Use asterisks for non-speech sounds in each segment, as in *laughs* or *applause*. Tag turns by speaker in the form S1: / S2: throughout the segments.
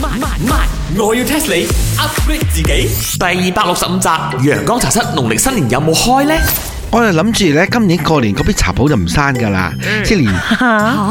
S1: 慢慢慢，我要 test 你 upgrade 自己。第二百六十五集，陽光茶室農曆新年有冇開呢？
S2: 我哋諗住咧，今年過年嗰啲茶鋪就唔閂噶啦，即係連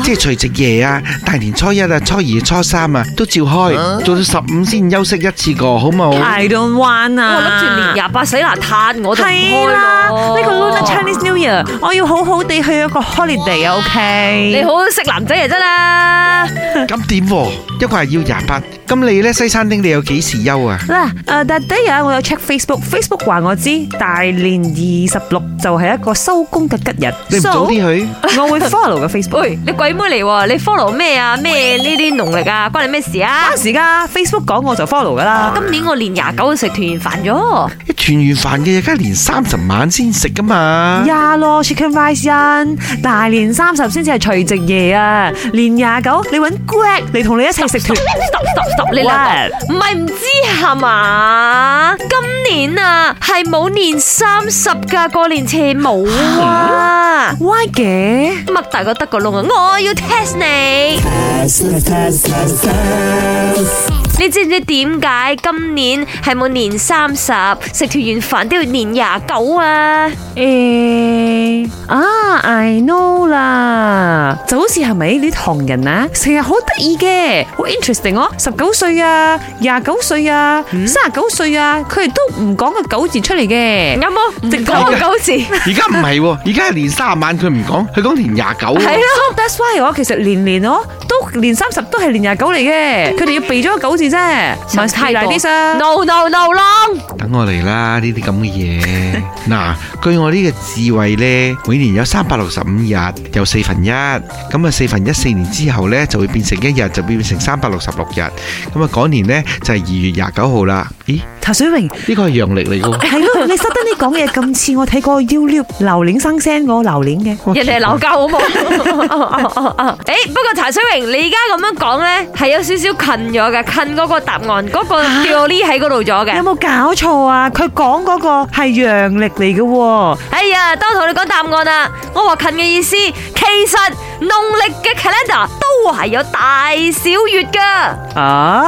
S2: 即係除夕夜啊、大年初一啊、初二、初三啊都照開，做到十五先休息一次過，好冇？
S3: I don't want 啊！
S4: 我諗住年廿八洗邋遢，我就唔
S3: 係
S4: 開
S3: 啦，
S4: 咯
S3: 呢個 Lunar Chinese New Year，我要好好地去一個 holiday 啊，OK？
S4: *laughs* 你好識男仔嚟真啦。
S2: 咁點喎？一個係要廿八，咁你咧西餐廳你有幾時休啊？
S3: 嗱，誒，但第一日我有 à, check Facebook，Facebook 話我知大年二十六就係一個收工嘅吉日，
S2: 你唔早啲
S3: So，
S2: 去？
S3: 我會 follow 嘅 Facebook。
S4: 喂，你鬼妹嚟喎，你 follow 咩啊？咩呢啲農曆啊？關你咩事啊
S3: 關？事噶，Facebook 講我就 follow 噶啦。
S4: 今年我年廿九就食團圓飯咗，
S2: 一團完飯嘅嘢，梗係連三十晚先食噶嘛？
S3: 呀咯，Chicken Rice 因大年三十先至係除夕夜啊，年廿九你揾 Greg 嚟同你一齊食團
S4: stop stop stop 你啦，
S3: What？
S4: 唔係唔知係嘛？今年啊係冇年三十噶，過年前冇啊。
S3: Why 嘅？
S4: 擘大個得個窿啊！我要 test 你。你知唔知點解今年係冇年三十食團圓飯都要年廿九啊？
S3: 誒啊，I à, know 啦，就好似係咪啲唐人啊，成日好得意嘅，好 interesting 哦。十九歲啊，廿九歲啊，三十九歲啊，佢哋都唔講個九字出嚟嘅
S4: 有。冇？直講個九字。
S3: *laughs*
S2: 而家唔係喎，而家係連三十晚佢唔講，佢講連廿九喎。
S4: 係咯
S3: So that's why 我其實年年我都年三十都係年廿九嚟嘅，佢哋要避咗個九字啫，唔係太大啲啫。
S4: No no no long。
S2: 等我嚟啦，呢啲咁嘅
S4: *laughs*
S2: 嘢。嗱，據我呢個智慧呢，每年有三百六十五日，有四分一，咁啊四分一四年之後呢，就會變成一日，就變成三百六十六日。咁啊嗰年呢，就係二月廿九號啦。咦，
S3: 譚水榮。
S2: 呢個係陽曆嚟嘅
S3: 係咯，你實得你講嘢咁似我睇過 YouTube 榴蓮生聲嗰個榴蓮嘅。
S2: 喎，
S4: *laughs* 人哋係鬧交好 *laughs* 冇？誒，不過茶水榮，你而家咁樣講咧，係有少少近咗嘅，近嗰個答案，嗰個 theory 喺嗰度咗嘅
S3: 有。冇搞錯啊？佢講嗰個係陽曆嚟嘅喎，
S4: 哎呀，都同你講答案啦。我話近嘅意思，其實農曆嘅 calendar 都係有大小月噶。
S3: 啊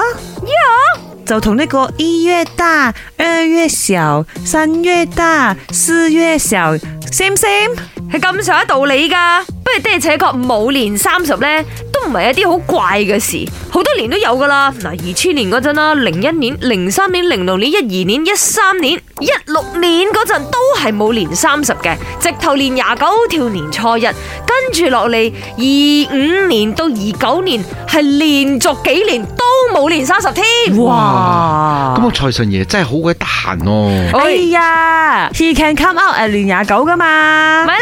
S3: 就同呢個一月大、二月小、三月大、四月小，same same。
S4: 係咁上下道理噶。不如的而且確冇年三十呢，都唔係一啲好怪嘅事，好多年都有噶啦。嗱，二千年嗰陣啦，零一年、零三年、零六年、一二年、一三年、一六年嗰陣都係冇年三十嘅，直頭年廿九跳年初一，跟住落嚟二五年到二九年係連續幾年都冇年三十添。
S2: 哇！咁我財神爺真係好鬼得閒
S4: *laughs*
S2: 哦。
S3: 哎呀，He can come out at 年廿九噶嘛
S4: 咪？啦！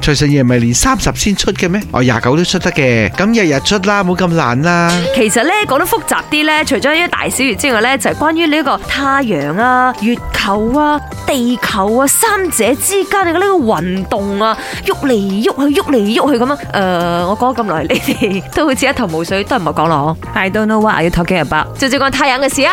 S2: 財神爺唔係連三十先出嘅咩？哦，廿九都出得嘅，咁日日出啦，冇咁難啦。
S4: 其實咧講得複雜啲咧，除咗呢啲大小月之外咧，就係、關於呢個太陽啊、月球啊、地球啊三者之間嘅呢個運動啊，喐嚟喐去、喐嚟喐去咁樣。誒、啊呃我講咗咁耐，你哋都好似一頭霧水，都係唔好講咯。
S3: I don't know what are you talking about。
S4: 直接講太陽嘅事啊！